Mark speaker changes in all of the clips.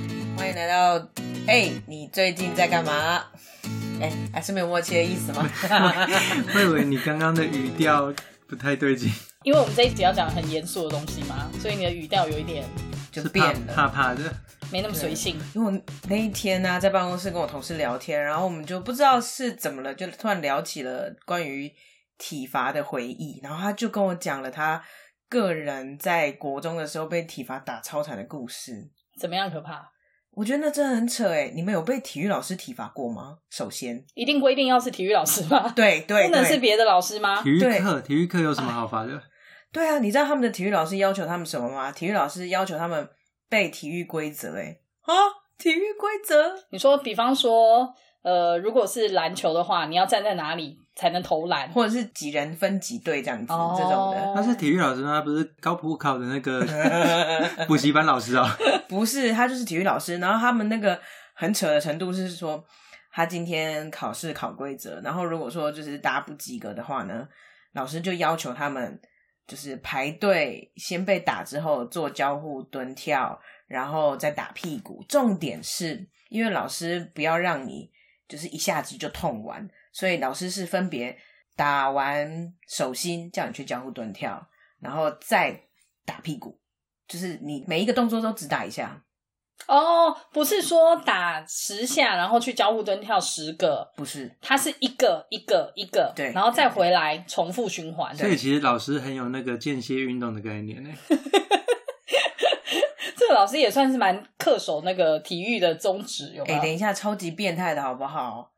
Speaker 1: 迎来到，哎、你最近在干嘛？哎、还是没有默契的意思吗？
Speaker 2: 我以为你刚刚的语调不太对劲，
Speaker 3: 因为我们这一集要讲很严肃的东西嘛，所以你的语调有一点
Speaker 1: 就是
Speaker 2: 怕
Speaker 1: 变了。
Speaker 2: 怕怕的。
Speaker 3: 没那么随性。
Speaker 1: 因为我那一天呢、在办公室跟我同事聊天，然后我们就不知道是怎么了，就突然聊起了关于体罚的回忆，然后他就跟我讲了他个人在国中的时候被体罚打超惨的故事。
Speaker 3: 怎么样可怕？
Speaker 1: 我觉得那真的很扯哎、你们有被体育老师体罚过吗？首先，
Speaker 3: 一定规定要是体育老师吗？
Speaker 1: 对对，
Speaker 3: 不能
Speaker 1: 对
Speaker 3: 是别的老师吗
Speaker 2: 体？育
Speaker 1: 对
Speaker 2: 课，体育课有什么好罚的？
Speaker 1: 对啊，你知道他们的体育老师要求他们什么吗？体育老师要求他们背体育规则、欸，哎，啊，体育规则，
Speaker 3: 你说，比方说，呃，如果是篮球的话，你要站在哪里才能投篮？
Speaker 1: 或者是几人分几队这样子、
Speaker 3: 哦
Speaker 1: 这种的。
Speaker 2: 他是体育老师吗？他不是高普考的那个
Speaker 1: 呃
Speaker 2: 补习班老师啊、
Speaker 1: 不是，他就是体育老师。然后他们那个很扯的程度是说，他今天考试考规则，然后如果说就是大家不及格的话呢，老师就要求他们就是排队先被打之后做交互蹲跳，然后再打屁股。重点是因为老师不要让你就是一下子就痛完，所以老师是分别打完手心叫你去交互蹲跳，然后再打屁股。就是你每一个动作都只打一下，
Speaker 3: 哦，不是说打十下，然后去交互蹲跳十个，
Speaker 1: 不是？
Speaker 3: 它是一个一个一个，
Speaker 1: 对
Speaker 3: 然后再回来重复循环。
Speaker 2: 所以其实老师很有那个间歇运动的概念呢。
Speaker 3: 这个老师也算是蛮恪守那个体育的宗旨，有没
Speaker 1: 哎、
Speaker 3: 有？
Speaker 1: 等一下，超级变态的好不好？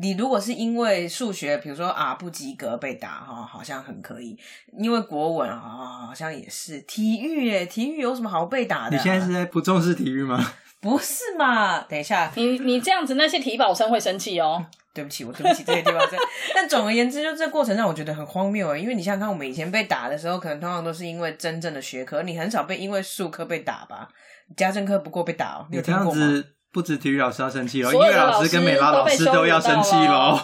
Speaker 1: 你如果是因为数学，比如说啊不及格被打哈、好像很可以；因为国文啊、好像也是。体育耶，体育有什么好被打的啊、
Speaker 2: 你现在是在不重视体育吗？
Speaker 1: 不是嘛？等一下，
Speaker 3: 你你这样子，那些体保生会生气哦。
Speaker 1: 对不起，我对不起这些地方 真。但总而言之，就这过程让我觉得很荒谬诶，因为你想想看，我们以前被打的时候，可能通常都是因为真正的学科，你很少被因为数科被打吧？家政科不过被打哦，你
Speaker 2: 你
Speaker 1: 有
Speaker 2: 这
Speaker 1: 听
Speaker 2: 样
Speaker 1: 过吗？
Speaker 2: 子不止体育老师要生气哦，音
Speaker 3: 所有
Speaker 2: 乐
Speaker 3: 的
Speaker 2: 老师跟美拉老师都要生气喽。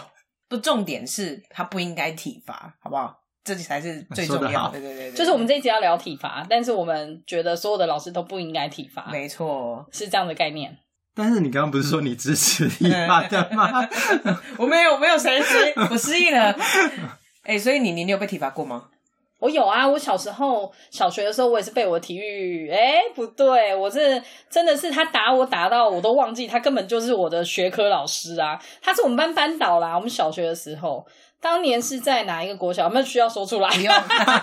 Speaker 1: 不，重点是他不应该体罚，好不好？这才是最重
Speaker 2: 说得
Speaker 1: 要
Speaker 2: 好
Speaker 1: 的。对对对对，
Speaker 3: 就是我们这一集要聊体罚，但是我们觉得所有的老师都不应该体罚，
Speaker 1: 没错，
Speaker 3: 是这样的概念。
Speaker 2: 但是你刚刚不是说你支持体罚的吗？
Speaker 1: 我没有，我没有谁失， 我失忆了。哎、所以你你你有被体罚过吗？
Speaker 3: 我有啊，我小时候小学的时候，我也是被我体育，哎、不对，我是真的是他打我打到我都忘记，他根本就是我的学科老师啊，他是我们班班导啦。我们小学的时候，当年是在哪一个国小？有没有需要说出来？
Speaker 1: 不 用，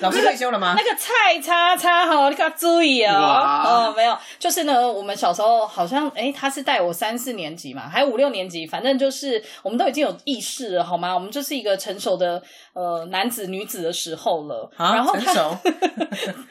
Speaker 1: 老师退休了吗
Speaker 3: 那？个菜叉叉哈，你给他注意哦。
Speaker 2: 哇
Speaker 3: 哦，没有，就是呢，我们小时候好像，诶，他是带我三四年级嘛，还有五六年级，反正就是我们都已经有意识了，好吗？我们就是一个成熟的呃男子女子的时候了。
Speaker 1: 啊
Speaker 3: 然后
Speaker 1: 成
Speaker 3: 他
Speaker 1: 熟，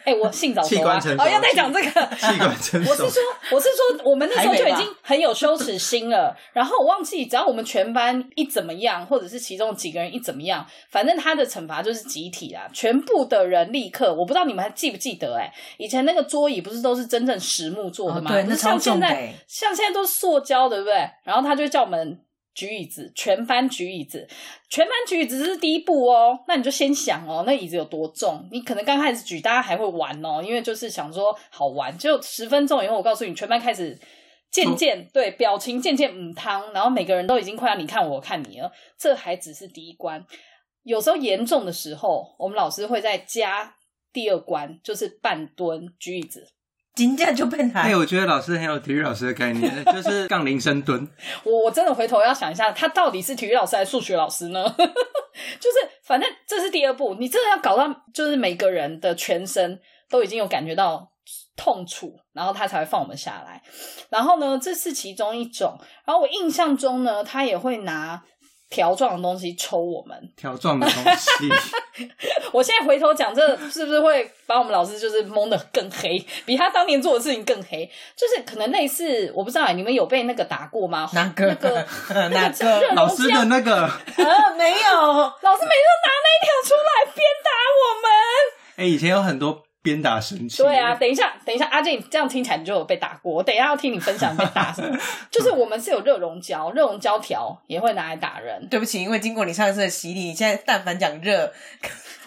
Speaker 3: 哎、我性早熟
Speaker 2: 器
Speaker 3: 啊
Speaker 2: 官成，熟
Speaker 3: 哦，要再讲这个。
Speaker 2: 器官成
Speaker 3: 我
Speaker 2: 熟
Speaker 3: 是，说，我是说，我们那时候就已
Speaker 1: 还没
Speaker 3: 经很有羞耻心了。然后我忘记，只要我们全班一怎么样，或者是其中几个人一怎么样，反正他的惩罚就是集体啊，全部的人立刻。我不知道你们还记不记得、哎，以前那个桌椅不是都是真正实木做的吗？
Speaker 1: 哦对
Speaker 3: 不
Speaker 1: 那
Speaker 3: 是
Speaker 1: 超
Speaker 3: 像现
Speaker 1: 重的
Speaker 3: 在
Speaker 1: 哎，
Speaker 3: 像现在都是塑胶，对不对？然后他就叫我们。举椅子，全班举椅子，全班举椅子是第一步哦。那你就先想哦，那椅子有多重？你可能刚开始举，大家还会玩哦，因为就是想说好玩。就十分钟以后，我告诉你，全班开始渐渐、对表情渐渐嗯汤，然后每个人都已经快要你看我我看你了。这还只是第一关，有时候严重的时候，我们老师会再加第二关，就是半蹲举椅子。
Speaker 1: 金价就被拿
Speaker 2: 哎，。我觉得老师很有体育老师的概念，就是杠铃深蹲。
Speaker 3: 我我真的回头要想一下，他到底是体育老师还是数学老师呢？ 就是反正这是第二步，你真的要搞到就是每个人的全身都已经有感觉到痛楚，然后他才会放我们下来。然后呢，这是其中一种。然后我印象中呢，他也会拿条状的东西抽我们。
Speaker 2: 条状的东 西，
Speaker 3: 我现在回头讲，这是不是会把我们老师就是蒙得更黑，比他当年做的事情更黑？就是可能类似，我不知道你们有被那个打过吗？
Speaker 1: 哪个
Speaker 3: 那个
Speaker 1: 哪
Speaker 3: 那个
Speaker 1: 个
Speaker 3: 热
Speaker 2: 老师的那个，
Speaker 1: 啊？没有，
Speaker 3: 老师每次都拿那一条出来鞭打我们。
Speaker 2: 哎、以前有很多鞭打神器。
Speaker 3: 对啊，，等一下，等一下，阿健，你这样听起来你就有被打过。我等一下要听你分享被 打什么，就是我们是有热熔胶，热熔胶条也会拿来打人，
Speaker 1: 对不起，因为经过你上一次的洗礼，你现在但凡讲热，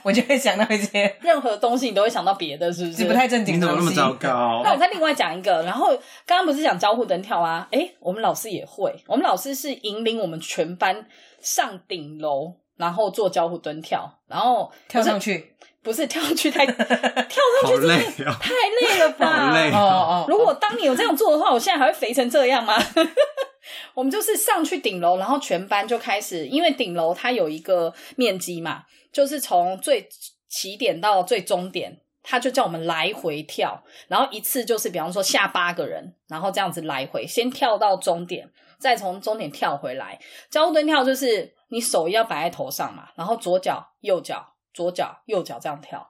Speaker 1: 我就会想到一些
Speaker 3: 任何东西你都会想到别的，是不是？
Speaker 1: 不太正
Speaker 2: 你
Speaker 1: 经的
Speaker 2: 怎么
Speaker 1: 东
Speaker 2: 那
Speaker 1: 西。
Speaker 2: 么糟？糕？
Speaker 3: 那我再另外讲一个，然后刚刚不是讲交互灯跳啊？诶，我们老师也会，我们老师是引领我们全班上顶楼，然后做交互蹲跳，然后
Speaker 1: 跳上去，
Speaker 3: 不是跳上去太 跳
Speaker 2: 好
Speaker 3: 上去真的
Speaker 2: 累哦，
Speaker 3: 太累了吧？
Speaker 2: 好累
Speaker 1: 哦哦，
Speaker 3: 如果当你有这样做的话，我现在还会肥成这样吗？ 我们就是上去顶楼，然后全班就开始，因为顶楼它有一个面积嘛，就是从最起点到最终点，它就叫我们来回跳，然后一次就是比方说下八个人，然后这样子来回，先跳到终点，再从终点跳回来。交互蹲跳就是你手要摆在头上嘛，然后左脚、右脚、左脚、右脚这样跳。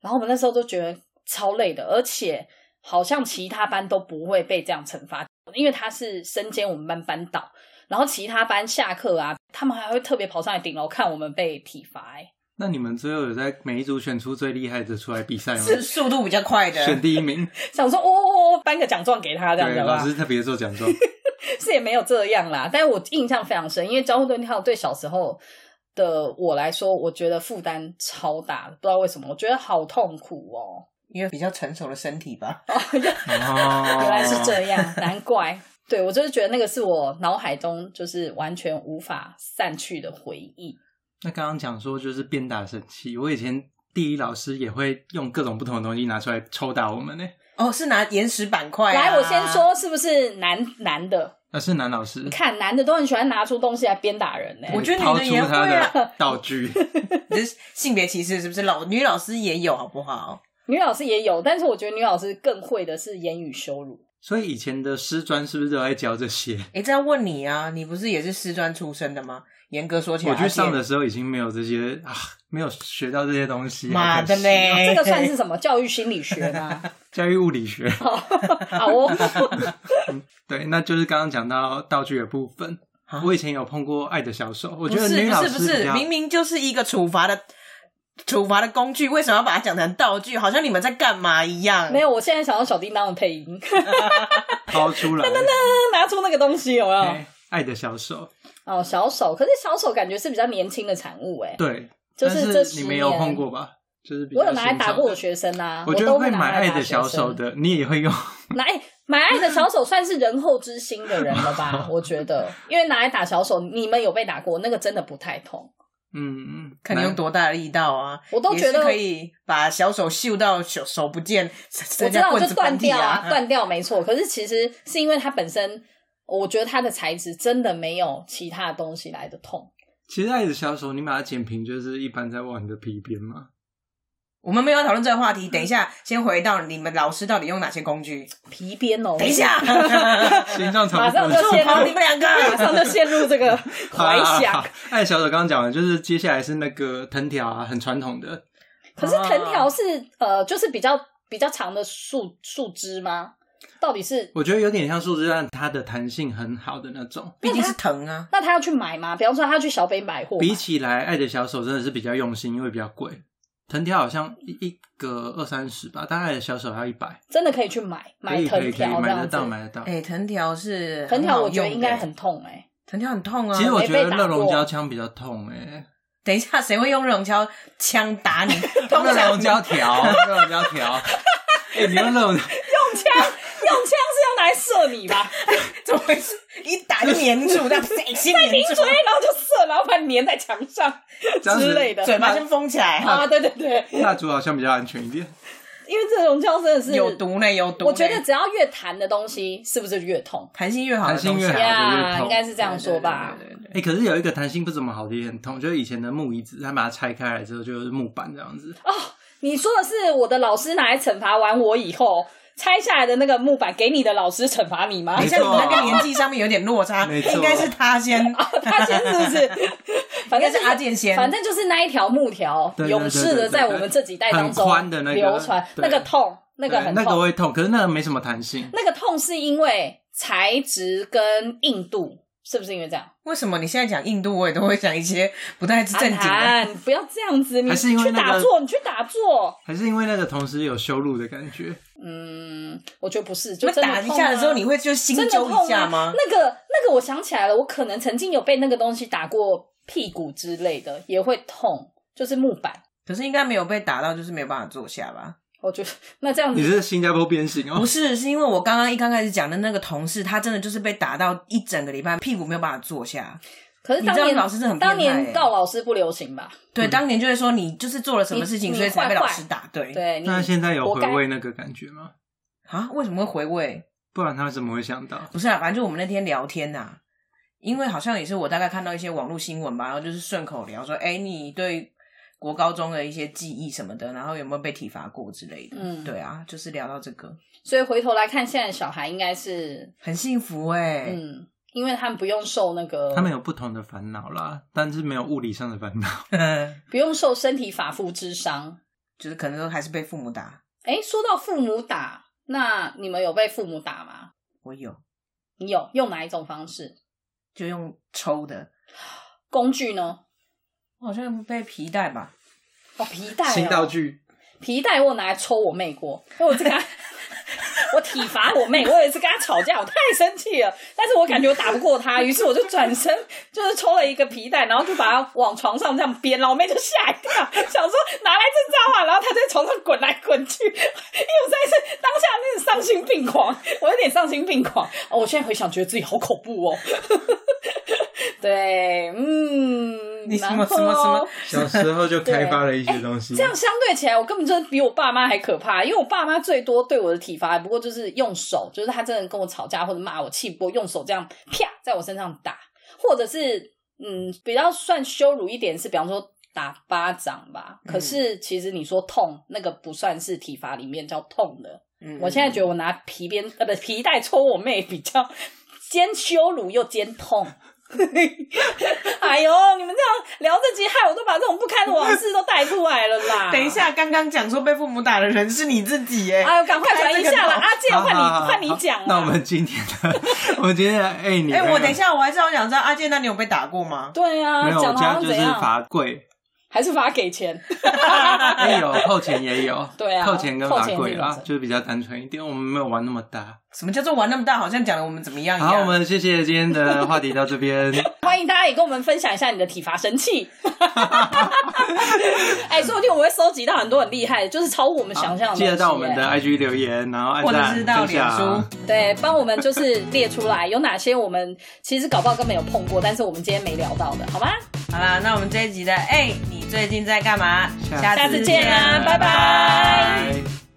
Speaker 3: 然后我们那时候都觉得超累的，而且好像其他班都不会被这样惩罚，因为他是身兼我们班班导，然后其他班下课啊，他们还会特别跑上来顶楼看我们被体罚、欸。
Speaker 2: 那你们最后有在每一组选出最厉害的出来比赛吗？
Speaker 1: 是速度比较快的，
Speaker 2: 选第一 名，
Speaker 3: 想说哦哦哦，颁个奖状给他这样
Speaker 2: 对，
Speaker 3: 子
Speaker 2: 老
Speaker 3: 吧，
Speaker 2: 师特别做讲 座，
Speaker 3: 是也没有这样啦。但是我印象非常深，因为交互蹲跳对小时候的我来说，我觉得负担超大，不知道为什么，我觉得好痛苦哦。
Speaker 1: 因为比较成熟的身体吧。
Speaker 2: 哦，
Speaker 3: 原来是这样，难怪。 对我就是觉得那个是我脑海中就是完全无法散去的回忆。
Speaker 2: 那刚刚讲说就是鞭打神器，我以前地理老师也会用各种不同的东西拿出来抽打我们呢。
Speaker 1: 哦，是拿岩石板块、啊
Speaker 2: 啊
Speaker 3: 来，我先，说是不是男男的？
Speaker 2: 那是男老师
Speaker 3: 你，看男的都很喜欢拿出东西来鞭打人呢、
Speaker 1: 我觉得
Speaker 2: 掏
Speaker 1: 女
Speaker 2: 出
Speaker 1: 的也
Speaker 2: 他
Speaker 1: 会啊，
Speaker 2: 的道具，
Speaker 1: 你这是性别歧视是不是？老女老师也有好不好？
Speaker 3: 女老师也有，但是我觉得女老师更会的是言语羞辱。
Speaker 2: 所以以前的师专是不是都在教这些？
Speaker 1: 哎、这要问你啊，你不是也是师专出身的吗？严格说起来，
Speaker 2: 我去上
Speaker 1: 而
Speaker 2: 的
Speaker 1: 且
Speaker 2: 时候已经没有这些啊，没有学到这些东西。啊
Speaker 1: 妈的
Speaker 2: 嘞！
Speaker 1: 嘞，
Speaker 3: 哦这个算是什么教育心理学 吗？
Speaker 2: 教育物理学，
Speaker 3: 好哦，
Speaker 2: 对，那就是刚刚讲到道具的部分
Speaker 1: 啊。
Speaker 2: 我以前有碰过爱的小手，我
Speaker 1: 不
Speaker 2: 觉得
Speaker 1: 是
Speaker 2: 女
Speaker 1: 不
Speaker 2: 老
Speaker 1: 是
Speaker 2: 师
Speaker 1: 不
Speaker 2: 比
Speaker 1: 是，
Speaker 2: 较
Speaker 1: 明明就是一个处罚的处罚的工具，为什么要把它讲成道具？好像你们在干嘛一样。
Speaker 3: 没有，我现在想要小叮当的配音，
Speaker 2: 掏出来。
Speaker 3: 拿出那个东西有没有？
Speaker 2: 哎爱的小手，
Speaker 3: 哦，小手，可是小手感觉是比较年轻的产物哎、
Speaker 2: 对，
Speaker 3: 就
Speaker 2: 但
Speaker 3: 这
Speaker 2: 是
Speaker 3: 十
Speaker 2: 你
Speaker 3: 年
Speaker 2: 没有碰过吧？就是比较
Speaker 3: 我有拿来
Speaker 2: 新
Speaker 3: 打
Speaker 2: 潮
Speaker 3: 过我
Speaker 2: 的
Speaker 3: 学生啊，
Speaker 2: 我觉
Speaker 3: 都
Speaker 2: 得
Speaker 3: 会
Speaker 2: 会买
Speaker 3: 拿来
Speaker 2: 爱
Speaker 3: 打
Speaker 2: 的小手
Speaker 3: 学
Speaker 2: 的，你也会用。
Speaker 3: 生，拿哎买爱的小手算是仁厚之心的人了吧？我觉得，因为拿来打小手，你们有被打过，那个真的不太痛。
Speaker 2: 嗯，嗯
Speaker 1: 看你用多大的力道啊！
Speaker 3: 我都
Speaker 1: 也是
Speaker 3: 觉得
Speaker 1: 可以把小手秀到手手不见，
Speaker 3: 我
Speaker 1: 我
Speaker 3: 知道，就断掉
Speaker 1: 啊，
Speaker 3: 断掉没错。可是其实是因为它本身，我觉得它的材质真的没有其他东西来的痛。
Speaker 2: 其实爱的小手，你把它剪平，就是一般在往你的皮鞭 嘛。
Speaker 1: 我们没有讨论这个话
Speaker 3: 嗯
Speaker 1: 题，等一下先回到你们老师到底用哪些工具。
Speaker 3: 皮鞭哦，
Speaker 1: 等一 下，
Speaker 2: 形状差
Speaker 3: 马上
Speaker 2: 不
Speaker 3: 就
Speaker 2: 多。
Speaker 1: 我
Speaker 3: 陷
Speaker 1: 跑
Speaker 3: 入
Speaker 1: 你们两
Speaker 3: 马
Speaker 1: 个。
Speaker 3: 上就陷入这个
Speaker 2: 好
Speaker 3: 怀
Speaker 2: 啦好啦
Speaker 3: 想
Speaker 2: 好。爱的啊哎小手刚刚讲了，就是接下来是那个藤条啊，很传统的。
Speaker 3: 可是藤
Speaker 2: 啊
Speaker 3: 条是、呃，就是比较比较长的树树枝吗？到底是
Speaker 2: 我觉得有点像树枝，但它的弹性很好的那种。
Speaker 1: 毕竟是疼啊，
Speaker 3: 那他要去买吗？比方说他要去小北百货买，
Speaker 2: 比起来，爱的小手真的是比较用心，因为比较贵。藤条好像一一个二三十吧，但爱的小手要一百，
Speaker 3: 真的可以去买
Speaker 2: 可
Speaker 3: 买
Speaker 2: 以可
Speaker 3: 藤
Speaker 2: 以可以
Speaker 3: 条
Speaker 2: 买
Speaker 3: 这
Speaker 2: 得
Speaker 3: 样
Speaker 2: 到
Speaker 3: 子。
Speaker 2: 买得到。
Speaker 1: 哎、藤条是
Speaker 3: 藤条我觉
Speaker 1: 很好用的
Speaker 3: 得应该很痛哎、
Speaker 1: 藤条很痛啊。
Speaker 2: 其实我
Speaker 3: 没
Speaker 2: 觉
Speaker 3: 被
Speaker 2: 得
Speaker 3: 打
Speaker 2: 热熔
Speaker 3: 过
Speaker 2: 胶枪比较痛哎、
Speaker 1: 等一下，谁会用热熔胶枪打 你？通
Speaker 2: 热
Speaker 1: 常
Speaker 2: 熔胶 条，热熔胶条。哎、你用热熔，
Speaker 3: 用枪用枪是要拿来射你吧？
Speaker 1: 怎么回事？一打就粘 住，但谁先粘
Speaker 3: 一
Speaker 1: 住
Speaker 3: 追？然后就射，然后把你粘在墙上
Speaker 2: 这样子
Speaker 3: 之类的。
Speaker 1: 嘴巴先封起来，
Speaker 3: 啊，对对对，
Speaker 2: 蜡烛好像比较安全一点。
Speaker 3: 因为这种枪真的是
Speaker 1: 有。毒呢，有毒呢。
Speaker 3: 我觉得只要越弹的东西，是不是越痛？
Speaker 1: 弹性越好的东西，
Speaker 2: 弹性越好
Speaker 3: 呀、
Speaker 2: 越痛
Speaker 3: 应该是这样说吧。
Speaker 1: 对对对对对
Speaker 2: 哎、可是有一个弹性不怎么好的也很痛，就是以前的木椅子，它把它拆开来之后就是木板这样子。
Speaker 3: 你说的是我的老师拿来惩罚完我以后拆下来的那个木板给你的老师惩罚你吗？
Speaker 1: 好
Speaker 2: 没
Speaker 1: 像
Speaker 2: 错
Speaker 1: 你们那个年纪上面有点落差，
Speaker 2: 没错
Speaker 1: 应该是他先， 应
Speaker 3: 他先是不是？反
Speaker 1: 该
Speaker 3: 正
Speaker 1: 是
Speaker 3: 就
Speaker 1: 阿健先。
Speaker 3: 反正就是那一条木条，
Speaker 2: 对对对
Speaker 3: 勇士的在我们这几代当中
Speaker 2: 很宽的那个
Speaker 3: 流传，
Speaker 2: 对
Speaker 3: 那个痛，那个
Speaker 2: 对
Speaker 3: 很
Speaker 2: 那个
Speaker 3: 痛，
Speaker 2: 会痛，可是那个没什么弹性。
Speaker 3: 那个痛是因为材质跟硬度是不是因为这样？
Speaker 1: 为什么你现在讲印度，我也都会讲一些不太正经的？
Speaker 3: 阿谭不要这样子，你
Speaker 2: 还是因为
Speaker 3: 去
Speaker 2: 那个
Speaker 3: 打坐，你去打坐。
Speaker 2: 还是因为那个同时有修路的感觉，
Speaker 3: 嗯，我觉得不是，就
Speaker 1: 那
Speaker 3: 真的
Speaker 1: 打一
Speaker 3: 痛
Speaker 1: 下的啊
Speaker 3: 啊
Speaker 1: 时候，你会就心
Speaker 3: 真的
Speaker 1: 揪
Speaker 3: 痛
Speaker 1: 一下吗？
Speaker 3: 那个那个，我想起来了，我可能曾经有被那个东西打过屁股之类的，也会痛，就是木板。
Speaker 1: 可是应该没有被打到，就是没有办法坐下吧？
Speaker 3: 我觉得 那这样
Speaker 2: 你
Speaker 3: 子，
Speaker 2: 是新加坡变形哦
Speaker 1: 不。是，是因为我刚刚一刚开始讲的那个同事，他真的就是被打到一整个礼拜屁股没有办法坐下。
Speaker 3: 可是
Speaker 1: 你
Speaker 3: 当
Speaker 1: 知道
Speaker 3: 年
Speaker 1: 老师真的很变态
Speaker 3: 当年
Speaker 1: 欸
Speaker 3: 告老师不流行吧？
Speaker 1: 对，当年就会说嗯你就是做了什么事情，
Speaker 3: 你
Speaker 1: 所以才被
Speaker 3: 你坏
Speaker 1: 老
Speaker 3: 坏
Speaker 1: 师打。对
Speaker 3: 对，你
Speaker 2: 那现在有
Speaker 3: 活
Speaker 2: 回
Speaker 3: 该
Speaker 2: 味那个感觉吗？
Speaker 1: 啊，为什么会回味？
Speaker 2: 不然他怎么会想到？
Speaker 1: 不是啊，反正就我们那天聊天呐、因为好像也是我大概看到一些网络新闻吧，然后就是顺口聊说，哎，你对国高中的一些记忆什么的，然后有没有被体罚过之类的？
Speaker 3: 嗯
Speaker 1: 对啊，就是聊到这个，
Speaker 3: 所以回头来看，现在小孩应该是
Speaker 1: 很幸福哎、
Speaker 3: 嗯，因为他们不用受那个，
Speaker 2: 他们有不同的烦恼啦，但是没有物理上的烦恼。
Speaker 3: 不用受身体发肤之伤。
Speaker 1: 就是可能都还是被父母打。
Speaker 3: 哎，说到父母打，那你们有被父母打吗？
Speaker 1: 我有，
Speaker 3: 你有用哪一种方式？
Speaker 1: 就用抽的，
Speaker 3: 工具呢？
Speaker 1: 我好像被皮带吧。
Speaker 3: 哦，皮 带、哦，
Speaker 2: 新道具，
Speaker 3: 皮带我有拿来抽我妹过，因为我是跟她， 我体罚我妹，我有一次跟她吵架，我太生气了，但是我感觉我打不过她，于是我就转身就是抽了一个皮带，然后就把她往床上这样鞭，然后我妹就吓一跳，想说哪来这招啊，然后她在床上滚来滚去，因为我实在是当下那是丧心病狂，我有点丧心病狂，哦，我现在回想觉得自己好恐怖哦。 对，嗯，
Speaker 1: 你什么
Speaker 3: 然
Speaker 1: 什么什么
Speaker 3: 后
Speaker 2: 小时候就开发了一些东西
Speaker 3: 这。样相对啊起来，我根本就是比我爸妈还可怕，因为我爸妈最多对我的体罚，不过就是用手，就是他真的跟我吵架或者骂我，气不过，用手这样啪在我身上打，或者是嗯，比较算羞辱一点是，比方说打巴掌吧。
Speaker 1: 嗯
Speaker 3: 可是其实你说痛，那个不算是体罚里面叫痛的。
Speaker 1: 嗯，
Speaker 3: 我现在觉得我拿皮鞭呃不皮带抽我妹比较兼羞辱又兼痛。哎呦，你们这样聊这集，害我都把这种不堪的往事都带出来了 啦！
Speaker 1: 等一，下，刚刚讲说被父母打的人是你自己耶、
Speaker 3: 哎呦，赶快转一下啦！
Speaker 1: 开这个头
Speaker 3: 阿健，换
Speaker 2: 啊好好好
Speaker 3: 你换你讲啦。啊
Speaker 2: 那我们今天的， 我们今天的哎你，
Speaker 1: 哎、我等一下，我还是好想知道阿健，那你有被打过吗？
Speaker 3: 对啊，
Speaker 2: 没有，我
Speaker 3: 讲的好
Speaker 2: 家
Speaker 3: 像
Speaker 2: 就
Speaker 3: 怎
Speaker 2: 是
Speaker 3: 样，
Speaker 2: 罚 跪，
Speaker 3: 还是罚给钱？
Speaker 2: 哎有扣钱也有，
Speaker 3: 对啊
Speaker 2: 扣钱跟罚
Speaker 3: 扣钱
Speaker 2: 跪
Speaker 3: 这
Speaker 2: 啦
Speaker 3: 种，
Speaker 2: 就是比较单纯一点，我们没有玩那么大。
Speaker 1: 什么叫做玩那么大，好像讲的我们怎么样一样？
Speaker 2: 好，我们谢谢今天的话题到这 边，
Speaker 3: 欢迎大家也跟我们分享一下你的体罚神器。 哎，说不定我会收集到很多很厉害的，就是超乎我们想象的东西
Speaker 2: 记
Speaker 3: 耶。
Speaker 2: 得到我们的 IG 留言，然后按
Speaker 1: 或者是
Speaker 2: 赞
Speaker 1: 到
Speaker 2: 分
Speaker 1: 脸
Speaker 2: 享
Speaker 1: 书。，
Speaker 3: 对，帮我们就是列出来有哪些我们其实搞不好根本有碰过，但是我们今天没聊到的，好吗？
Speaker 1: 好啦，那我们这一集的哎、你最近在干嘛？
Speaker 2: 下
Speaker 1: 下
Speaker 3: 次见啊拜拜
Speaker 1: 拜
Speaker 2: 拜